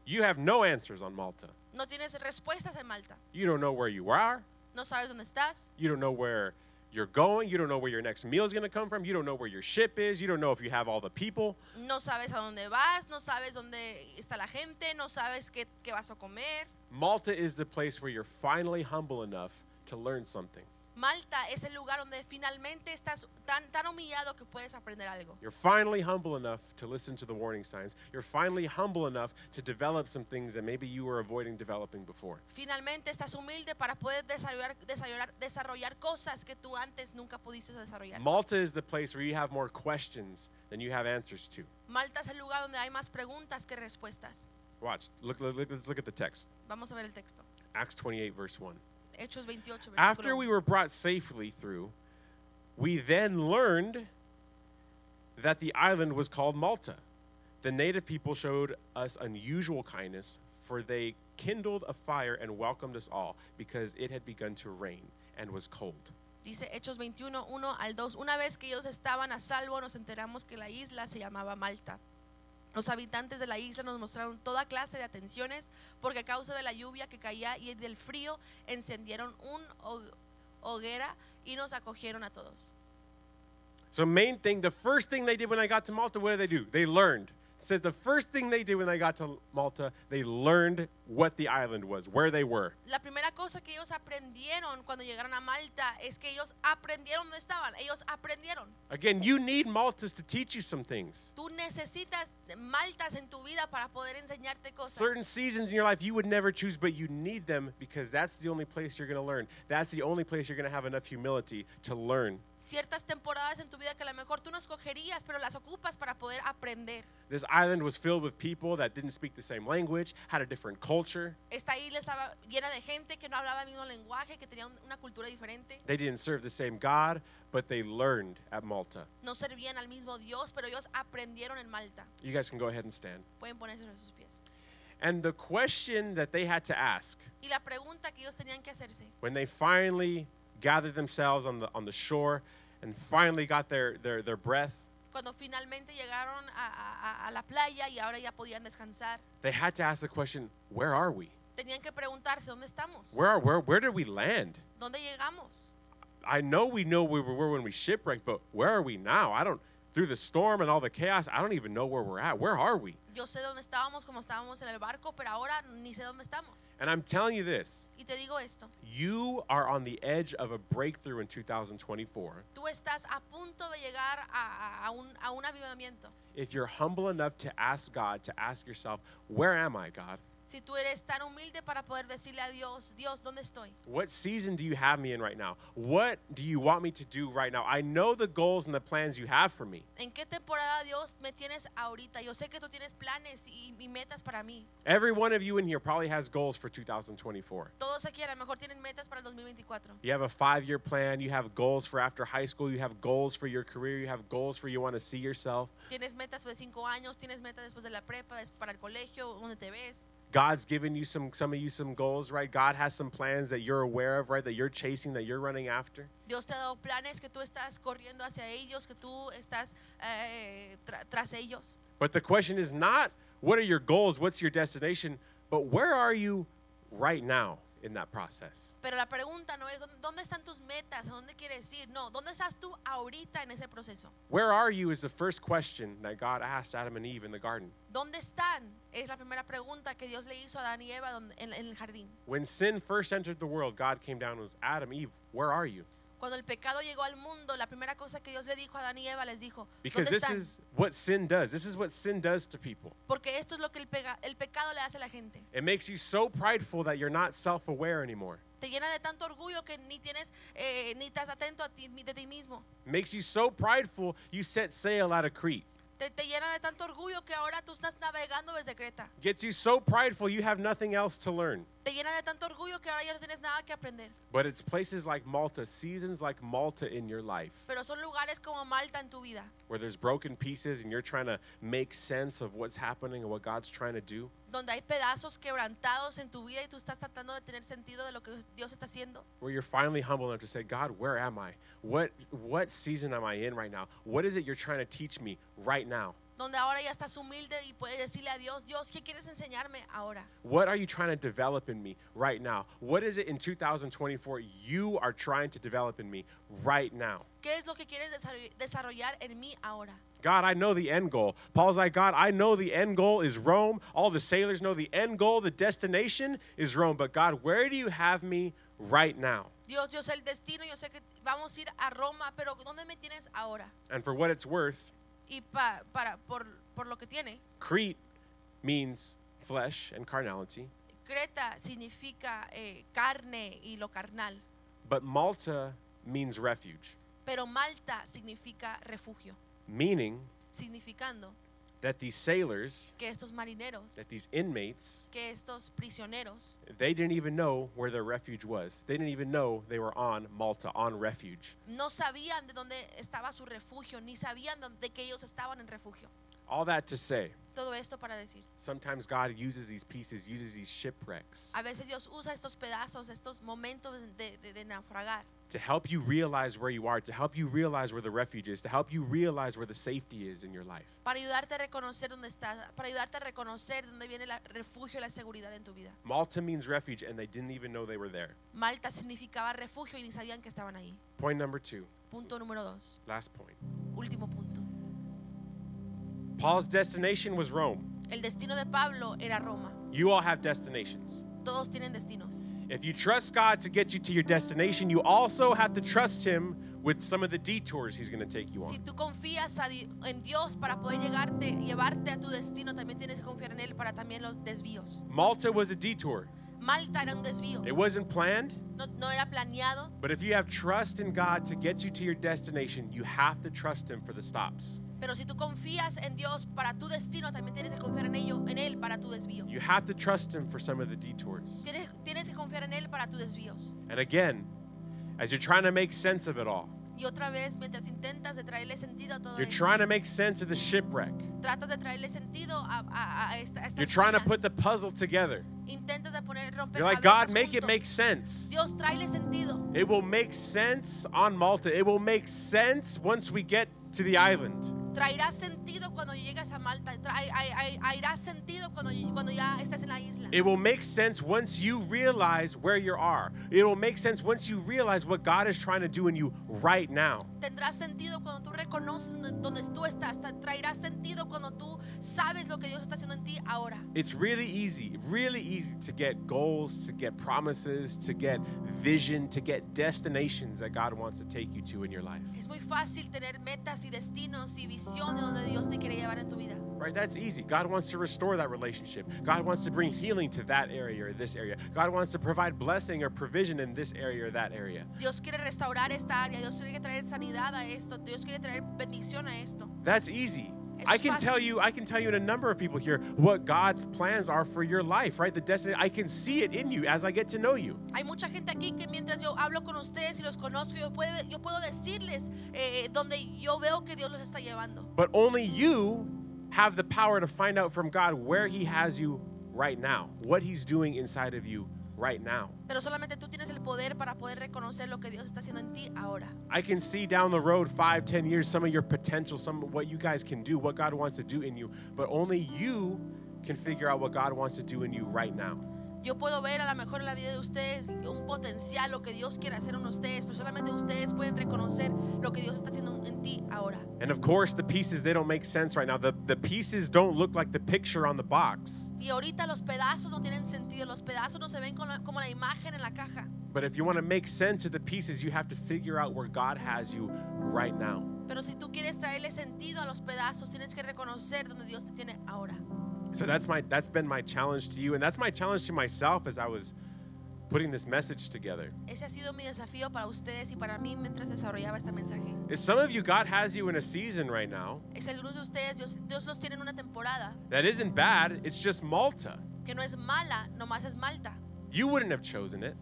S1: you have no answers on Malta.
S2: no tienes respuestas en Malta,
S1: You don't know where you are.
S2: no sabes dónde estás,
S1: You don't know where you're going. You don't know where your next meal is going to come from. You don't know where your ship is. You don't know if you have all the people.
S2: no sabes a dónde vas, no sabes dónde está la gente, no sabes qué, qué vas a comer.
S1: Malta is the place where you're finally humble enough to learn something.
S2: Malta es el lugar donde finalmente estás tan, tan humillado que puedes aprender algo.
S1: You're finally humble enough to listen to the warning signs. You're finally humble enough to develop some things that maybe you were avoiding developing before.
S2: Finalmente estás humilde para poder desarrollar, desarrollar, desarrollar cosas que tú antes nunca pudiste desarrollar.
S1: Malta is the place where you have more questions than you have answers to.
S2: Malta es el lugar donde hay más preguntas que respuestas.
S1: Watch. Look, look, look- let's look at the text.
S2: Vamos a ver el texto.
S1: Acts 28, verse 1.
S2: Hechos 28. versículo
S1: After
S2: uno.
S1: we were brought safely through, we then learned that the island was called Malta. The native people showed us unusual kindness, for they kindled a fire and welcomed us all because it had begun to rain and was cold.
S2: Dice Hechos 21, 1 al 2. Una vez que ellos estaban a salvo, nos enteramos que la isla se llamaba Malta. Los habitantes de la isla nos mostraron toda clase de atenciones porque a causa de la lluvia que caía y del frío encendieron un ho- hoguera y nos acogieron a todos.
S1: So, main thing, the first thing they did when I got to Malta, what did they do? They learned. It says the first thing they did when they got to Malta, they learned what the island was, where they were.
S2: La primera cosa que ellos aprendieron cuando llegaron a Malta es que ellos aprendieron dónde estaban. Ellos aprendieron.
S1: Again, you need Maltas to teach you some things.
S2: Tú necesitas maltas en tu vida para poder enseñarte cosas.
S1: Certain seasons in your life you would never choose, but you need them because that's the only place you're going to learn. That's the only place you're going to have enough humility to learn.
S2: ciertas temporadas en tu vida que a lo mejor tú no escogerías, pero las ocupas para poder aprender.
S1: This island was filled with people that didn't speak the same language, had a different culture.
S2: Esta isla estaba llena de gente que no hablaba el mismo lenguaje, que tenía un- una cultura diferente,
S1: They didn't serve the same God, but they learned at Malta.
S2: no servían al mismo Dios, pero ellos aprendieron en Malta.
S1: You guys can go ahead and stand.
S2: Pueden ponerse sobre sus pies.
S1: And the question that they had to ask
S2: Y la pregunta que ellos tenían que hacerse,
S1: when they finally gathered themselves on the, on the shore and finally got their, their, their breath,
S2: cuando finalmente llegaron a, a- a- a la playa y ahora ya podían descansar,
S1: they had to ask the question where are we?
S2: tenían que preguntarse, ¿dónde estamos?
S1: Where, are, where, where did we land?
S2: ¿Dónde llegamos?
S1: I know we know where we were when we shipwrecked, but where are we now? I don't, through the storm and all the chaos, I don't even know where we're at. Where are we?
S2: Yo sé dónde estábamos, como estábamos en el barco, pero ahora ni sé dónde estamos.
S1: And I'm telling you this
S2: Y te digo esto,
S1: you are on the edge of a breakthrough in 2024
S2: tú estás a punto de llegar a, a- a un, a un avivamiento.
S1: if you're humble enough to ask God, to ask yourself, Where am I, God?
S2: Si tú eres tan humilde para poder decirle a Dios, Dios, ¿dónde estoy?
S1: What season do you have me in right now? What do you want me to do right now? I know the goals and the plans you have for me.
S2: ¿En qué temporada, Dios, me tienes ahorita? Yo sé que tú tienes planes y, y metas para mí.
S1: Every one of you in here probably has goals for 2024.
S2: Todos aquí a lo mejor tienen metas para el 2024.
S1: You have a five year plan, you have goals for after high school, you have goals for your career, you have goals for you want to see yourself.
S2: Tienes metas de cinco años, tienes metas después de la prepa, es para el colegio, donde te ves.
S1: God's given you some some of you some goals, right? God has some plans that you're aware of, right? That you're chasing, that you're running after.
S2: Dios te ha dado planes que tú estás corriendo hacia ellos, que tú estás eh, tra- tras ellos.
S1: But the question is not what are your goals, what's your destination, but where are you right now in that process?
S2: Pero la pregunta no es "¿Dónde- dónde están tus metas, a dónde quieres ir. No, ¿dónde estás tú ahorita en ese proceso?
S1: Where are you is the first question that God asked Adam and Eve in the garden.
S2: ¿Dónde están? Es la primera pregunta que Dios le hizo a Adán y Eva donde- en, en el jardín.
S1: When sin first entered the world, God came down and was, Adam, Eve, where are you?
S2: Cuando el pecado llegó al mundo, la primera cosa que Dios le dijo a Adán y Eva les dijo,
S1: Because
S2: ¿dónde
S1: this
S2: están?
S1: is what sin does. This is what sin does to people.
S2: Porque esto es lo que el, pega- el pecado le hace a la gente.
S1: It makes you so prideful that you're not self aware anymore.
S2: Te llena de tanto orgullo que ni tienes, eh, ni estás atento a ti, de ti mismo.
S1: It makes you so prideful you set sail out of Crete.
S2: Te, te llena de tanto orgullo que ahora tú estás navegando desde Creta.
S1: Gets you so prideful you have nothing else to learn.
S2: Te llena de tanto orgullo que ahora ya no tienes nada que aprender.
S1: But it's places like Malta, seasons like Malta in your life,
S2: Pero son lugares como Malta en tu vida,
S1: where there's broken pieces and you're trying to make sense of what's happening and what God's trying to do.
S2: donde hay pedazos quebrantados en tu vida y tú estás tratando de tener sentido de lo que Dios está haciendo.
S1: where you're finally humble enough to say, God, where am I? What what season am I in right now? What is it you're trying to teach me right now?
S2: Donde ahora ya estás humilde y puedes decirle a Dios, Dios, ¿qué quieres enseñarme ahora?
S1: What are you trying to develop in me right now? What is it in 2024 you are trying to develop in me right now?
S2: ¿Qué es lo que quieres desarroll- desarrollar en mí ahora?
S1: God, I know the end goal. Paul's like, God, I know the end goal is Rome. All the sailors know the end goal, the destination is Rome. But God, where do you have me right now?
S2: Dios, yo sé el destino, yo sé que vamos a ir a Roma, pero ¿dónde me tienes ahora?
S1: And for what it's worth,
S2: Y pa- para, por, por lo que tiene,
S1: Crete means flesh and carnality.
S2: Creta significa eh, carne y lo carnal,
S1: But Malta means refuge,
S2: pero Malta significa refugio,
S1: meaning
S2: significando
S1: that these sailors,
S2: que estos marineros,
S1: that these inmates,
S2: que estos prisioneros,
S1: they didn't even know where their refuge was. They didn't even know they were on Malta, on refuge.
S2: no sabían de dónde estaba su refugio, ni sabían dónde- de que ellos estaban en refugio.
S1: All that to say,
S2: Todo esto para decir,
S1: sometimes God uses these pieces, uses these shipwrecks
S2: a veces Dios usa estos pedazos, estos momentos de- de- de naufragar
S1: to help you realize where you are, to help you realize where the refuge is, to help you realize where the safety is in your life.
S2: para ayudarte a reconocer dónde estás, para ayudarte a reconocer dónde viene el refugio y la seguridad en tu vida.
S1: Malta means refuge, and they didn't even know they were there.
S2: Malta significaba refugio y ni sabían que estaban ahí.
S1: Point number two,
S2: Punto número dos,
S1: last point.
S2: último punto.
S1: Paul's destination was Rome.
S2: El destino de Pablo era Roma.
S1: You all have destinations.
S2: Todos tienen destinos.
S1: If you trust God to get you to your destination, you also have to trust Him with some of the detours He's going to take you
S2: Si
S1: on.
S2: tú confías a Di- en Dios para poder llegarte, llevarte a tu destino, también tienes que confiar en Él para también los desvíos.
S1: Malta was a detour.
S2: Malta era un desvío,
S1: It wasn't planned,
S2: no, no era planeado,
S1: but if you have trust in God to get you to your destination, you have to trust Him for the stops.
S2: pero si tú confías en Dios para tu destino, también tienes que confiar en, ello, en Él para tu desvío.
S1: You have to trust Him for some of the detours.
S2: Tienes, tienes que confiar en Él para tus desvíos.
S1: And again, as you're trying to make sense of it all,
S2: Y otra vez, mientras intentas de traerle sentido a todo
S1: you're
S2: esto,
S1: trying to make sense of the shipwreck,
S2: tratas de traerle sentido a, a- a esta, a estas
S1: you're trying to put
S2: ruinas.
S1: the puzzle together.
S2: intentas de poner romper
S1: You're like, God, make it make sense.
S2: Dios, tráele sentido.
S1: It will make sense on Malta. It will make sense once we get to the island.
S2: Traerá sentido cuando llegues a Malta. Trae, ay- ay- hará sentido cuando, cuando ya estés en la isla.
S1: It will make sense once you realize where you are. It will make sense once you realize what God is trying to do in you right now.
S2: Tendrá sentido cuando tú reconoces donde, donde tú estás. Tra- Traerá sentido cuando tú sabes lo que Dios está haciendo en ti ahora.
S1: It's really easy, really easy to get goals, to get promises, to get vision, to get destinations that God wants to take you to in your life.
S2: Es muy fácil tener metas y destinos y, vis- dirección de donde Dios te quiere llevar en tu vida.
S1: Right? That's easy. God wants to restore that relationship. God wants to bring healing to that area or this area. God wants to provide blessing or provision in this area or that area.
S2: Dios quiere restaurar esta área, Dios quiere traer sanidad a esto, Dios quiere traer bendición a esto.
S1: That's easy.
S2: It's
S1: I can
S2: fácil.
S1: tell you, I can tell you and a number of people here what God's plans are for your life, right? The destiny, I can see it in you as I get to know you.
S2: Hay mucha gente aquí que mientras yo hablo con ustedes y los conozco, yo puedo, yo puedo decirles eh, donde yo veo que Dios los está llevando.
S1: But only you have the power to find out from God where He has you right now, what He's doing inside of you right now.
S2: Pero solamente tú tienes el poder para poder reconocer lo que Dios está haciendo en ti ahora.
S1: I can see down the road five, ten years, some of your potential, some of what you guys can do, what God wants to do in you, but only you can figure out what God wants to do in you right now.
S2: Yo puedo ver a lo mejor en la vida de ustedes un potencial, lo que Dios quiere hacer en ustedes, pero solamente ustedes pueden reconocer lo que Dios está haciendo en ti ahora.
S1: And of course, the pieces, they don't make sense right now. The, the pieces don't look like the picture on the box.
S2: Y ahorita los pedazos no tienen sentido, los pedazos no se ven con la- como la imagen en la caja.
S1: But if you want to make sense of the pieces, you have to figure out where God has you right now.
S2: Pero si tú quieres traerle sentido a los pedazos, tienes que reconocer donde Dios te tiene ahora.
S1: So that's my that's been my challenge to you, and that's my challenge to myself as I was putting this message together.
S2: Ese ha sido mi desafío para ustedes y para mí mientras desarrollaba este mensaje.
S1: Is some of you God has you in a season right now
S2: Es el grupo de ustedes, Dios, Dios los tiene en una temporada
S1: that isn't bad. It's just Malta.
S2: que no es mala, nomás es malta.
S1: You wouldn't have chosen it.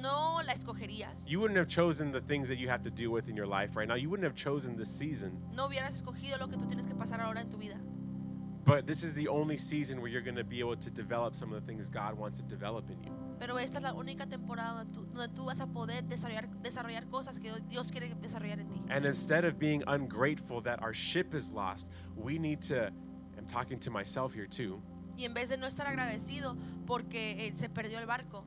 S2: No la escogerías.
S1: You wouldn't have chosen the things that you have to deal with in your life right now. You wouldn't have chosen this season.
S2: No hubieras escogido lo que tú tienes que pasar ahora en tu vida.
S1: But this is the only season where you're going to be able to develop some of the things God wants to develop in you.
S2: Pero esta es la única temporada donde tú, donde tú vas a poder desarrollar, desarrollar cosas que Dios quiere desarrollar en ti.
S1: And instead of being ungrateful that our ship is lost, we need to, I'm talking to myself here too,
S2: Y en vez de no estar agradecido porque eh, se perdió el barco,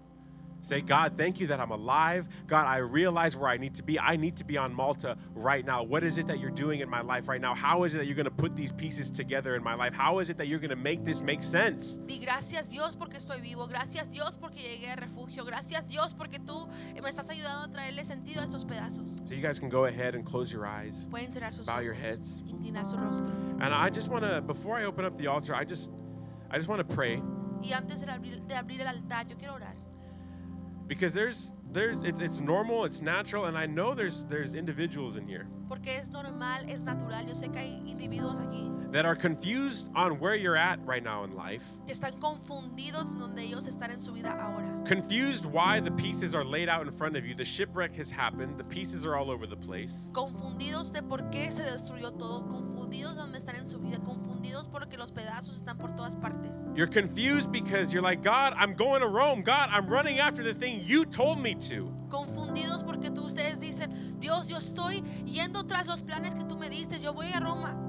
S1: Say, God, thank you that I'm alive. God, I realize where I need to be. I need to be on Malta right now. What is it that you're doing in my life right now? How is it that you're going to put these pieces together in my life? How is it that you're going to make this make sense?
S2: di gracias Dios porque estoy vivo, gracias Dios porque llegué a refugio, gracias Dios porque tú eh, me estás ayudando a traerle sentido a estos pedazos.
S1: So, you guys can go ahead and close your eyes.
S2: Pueden cerrar sus
S1: Bow
S2: ojos,
S1: your heads.
S2: inclinar su rostro.
S1: And I just want to, before I open up the altar, I just, I just want to pray
S2: Y antes de abrir, de abrir el altar, yo quiero orar.
S1: because there's, there's, it's, it's normal, it's natural, and I know there's, there's individuals in here
S2: Porque es normal, es natural. Yo sé que hay individuos aquí
S1: that are confused on where you're at right now in life,
S2: que están confundidos en donde ellos están en su vida ahora.
S1: confused why the pieces are laid out in front of you. The shipwreck has happened, the pieces are all over the place.
S2: Confundidos de por qué se destruyó todo, confundidos de dónde están en su vida, confundidos porque los pedazos están por todas partes.
S1: You're confused because you're like, God, I'm going to Rome. God, I'm running after the thing you told me to.
S2: Confundidos porque tú ustedes dicen, Dios, yo estoy yendo tras los planes que tú me diste, yo voy a Roma.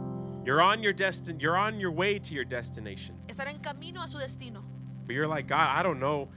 S1: You're on your destin you're on your way to your destination.
S2: Están en camino a su destino.
S1: But you're like, God, I don't know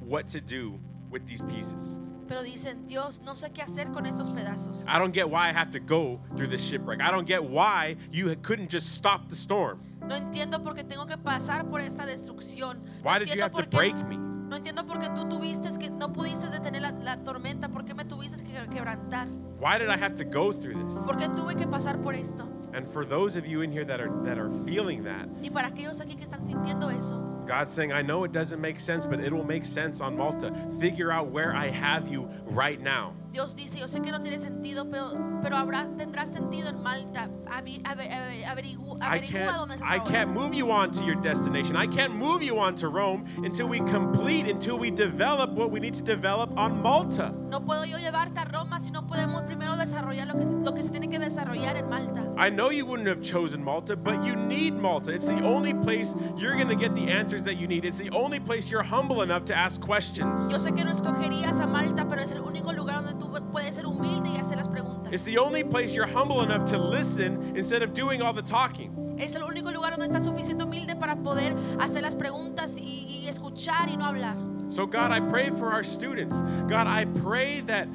S1: what to do with these pieces.
S2: Pero dicen, Dios, no sé qué hacer con estos pedazos.
S1: I don't get why I have to go through this shipwreck. I don't get why you couldn't just stop the storm.
S2: No entiendo por qué tengo que pasar por esta destrucción. No
S1: Why did you
S2: entiendo
S1: have to
S2: por qué
S1: break me?
S2: No entiendo por qué tú tuviste que no pudiste detener la, la tormenta, por qué me tuviste que quebrantar,
S1: Why did I have to go through this?
S2: por qué tuve que pasar por esto.
S1: And for those of you in here that are that are feeling that,
S2: Y para aquellos aquí que están sintiendo eso,
S1: God's saying, I know it doesn't make sense, but it'll make sense on Malta. Figure out where I have you right now.
S2: Dios dice, yo sé que no tiene sentido, pero, pero habrá, tendrá sentido en Malta. Avi- aver- aver- averigu-
S1: I
S2: averigua dónde
S1: can't
S2: estás
S1: I
S2: ahora.
S1: can't move you on to your destination. I can't move you on to Rome until we complete, until we develop what we need to develop on Malta.
S2: No puedo yo llevarte a Roma si no podemos primero desarrollar lo que, lo que se tiene que desarrollar en Malta.
S1: I know you wouldn't have chosen Malta, but you need Malta. It's the only place you're going to get the answers that you need. It's the only place you're humble enough to ask questions.
S2: Yo sé que no escogerías a Malta, pero es el único lugar donde tú puedes ser humilde y hacer las preguntas.
S1: It's the only place you're humble enough to listen instead of doing all the talking.
S2: Es el único lugar donde estás suficiente humilde para poder hacer las preguntas y, y escuchar y no hablar.
S1: So, God, I pray for our students. God, I pray that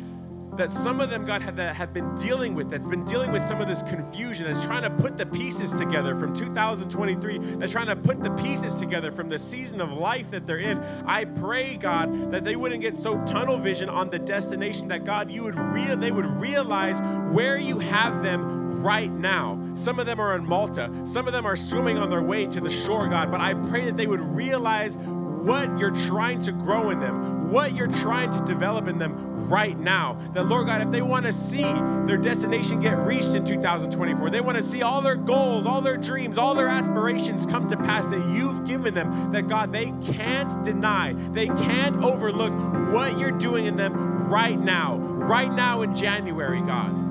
S1: that some of them, God, have, that have been dealing with, that's been dealing with some of this confusion, that's trying to put the pieces together from 2023, that's trying to put the pieces together from the season of life that they're in. I pray, God, that they wouldn't get so tunnel vision on the destination that, God, you would real, they would realize where you have them right now. Some of them are in Malta, some of them are swimming on their way to the shore, God, but I pray that they would realize what you're trying to grow in them, what you're trying to develop in them right now. That, Lord God, if they want to see their destination get reached in 2024, they want to see all their goals, all their dreams, all their aspirations come to pass that you've given them, that, God, they can't deny, they can't overlook what you're doing in them right now, right now in January, God.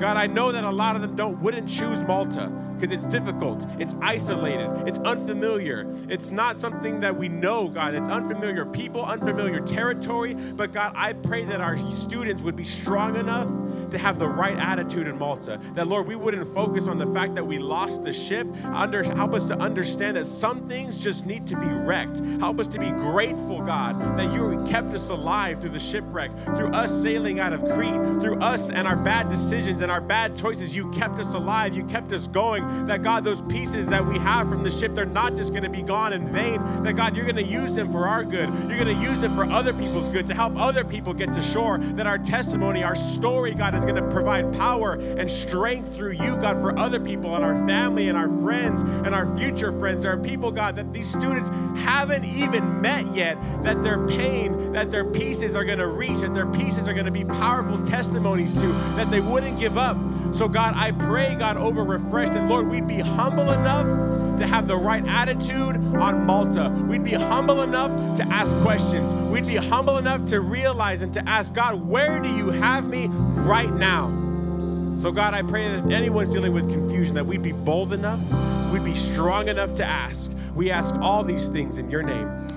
S1: God, I know that a lot of them don't wouldn't choose Malta because it's difficult, it's isolated, it's unfamiliar. It's not something that we know, God. It's unfamiliar people, unfamiliar territory. But God, I pray that our students would be strong enough to have the right attitude in Malta. That Lord, we wouldn't focus on the fact that we lost the ship. Under, help us to understand that some things just need to be wrecked. Help us to be grateful, God, that you kept us alive through the shipwreck, through us sailing out of Crete, through us and our bad decisions and our bad choices. You kept us alive. You kept us going. That God, those pieces that we have from the ship, they're not just going to be gone in vain. That God, you're going to use them for our good. You're going to use them for other people's good to help other people get to shore. That our testimony, our story, God, is going to provide power and strength through you, God, for other people and our family and our friends and our future friends. There are people, God, that these students haven't even met yet, that their pain, that their pieces are going to reach, that their pieces are going to be powerful testimonies to, that they wouldn't give up. So, God, I pray, God, over refreshed, and Lord, we'd be humble enough to have the right attitude on Malta. We'd be humble enough to ask questions. We'd be humble enough to realize and to ask God, where do you have me right now? So, God, I pray that if anyone's dealing with confusion, that we'd be bold enough, we'd be strong enough to ask. We ask all these things in your name.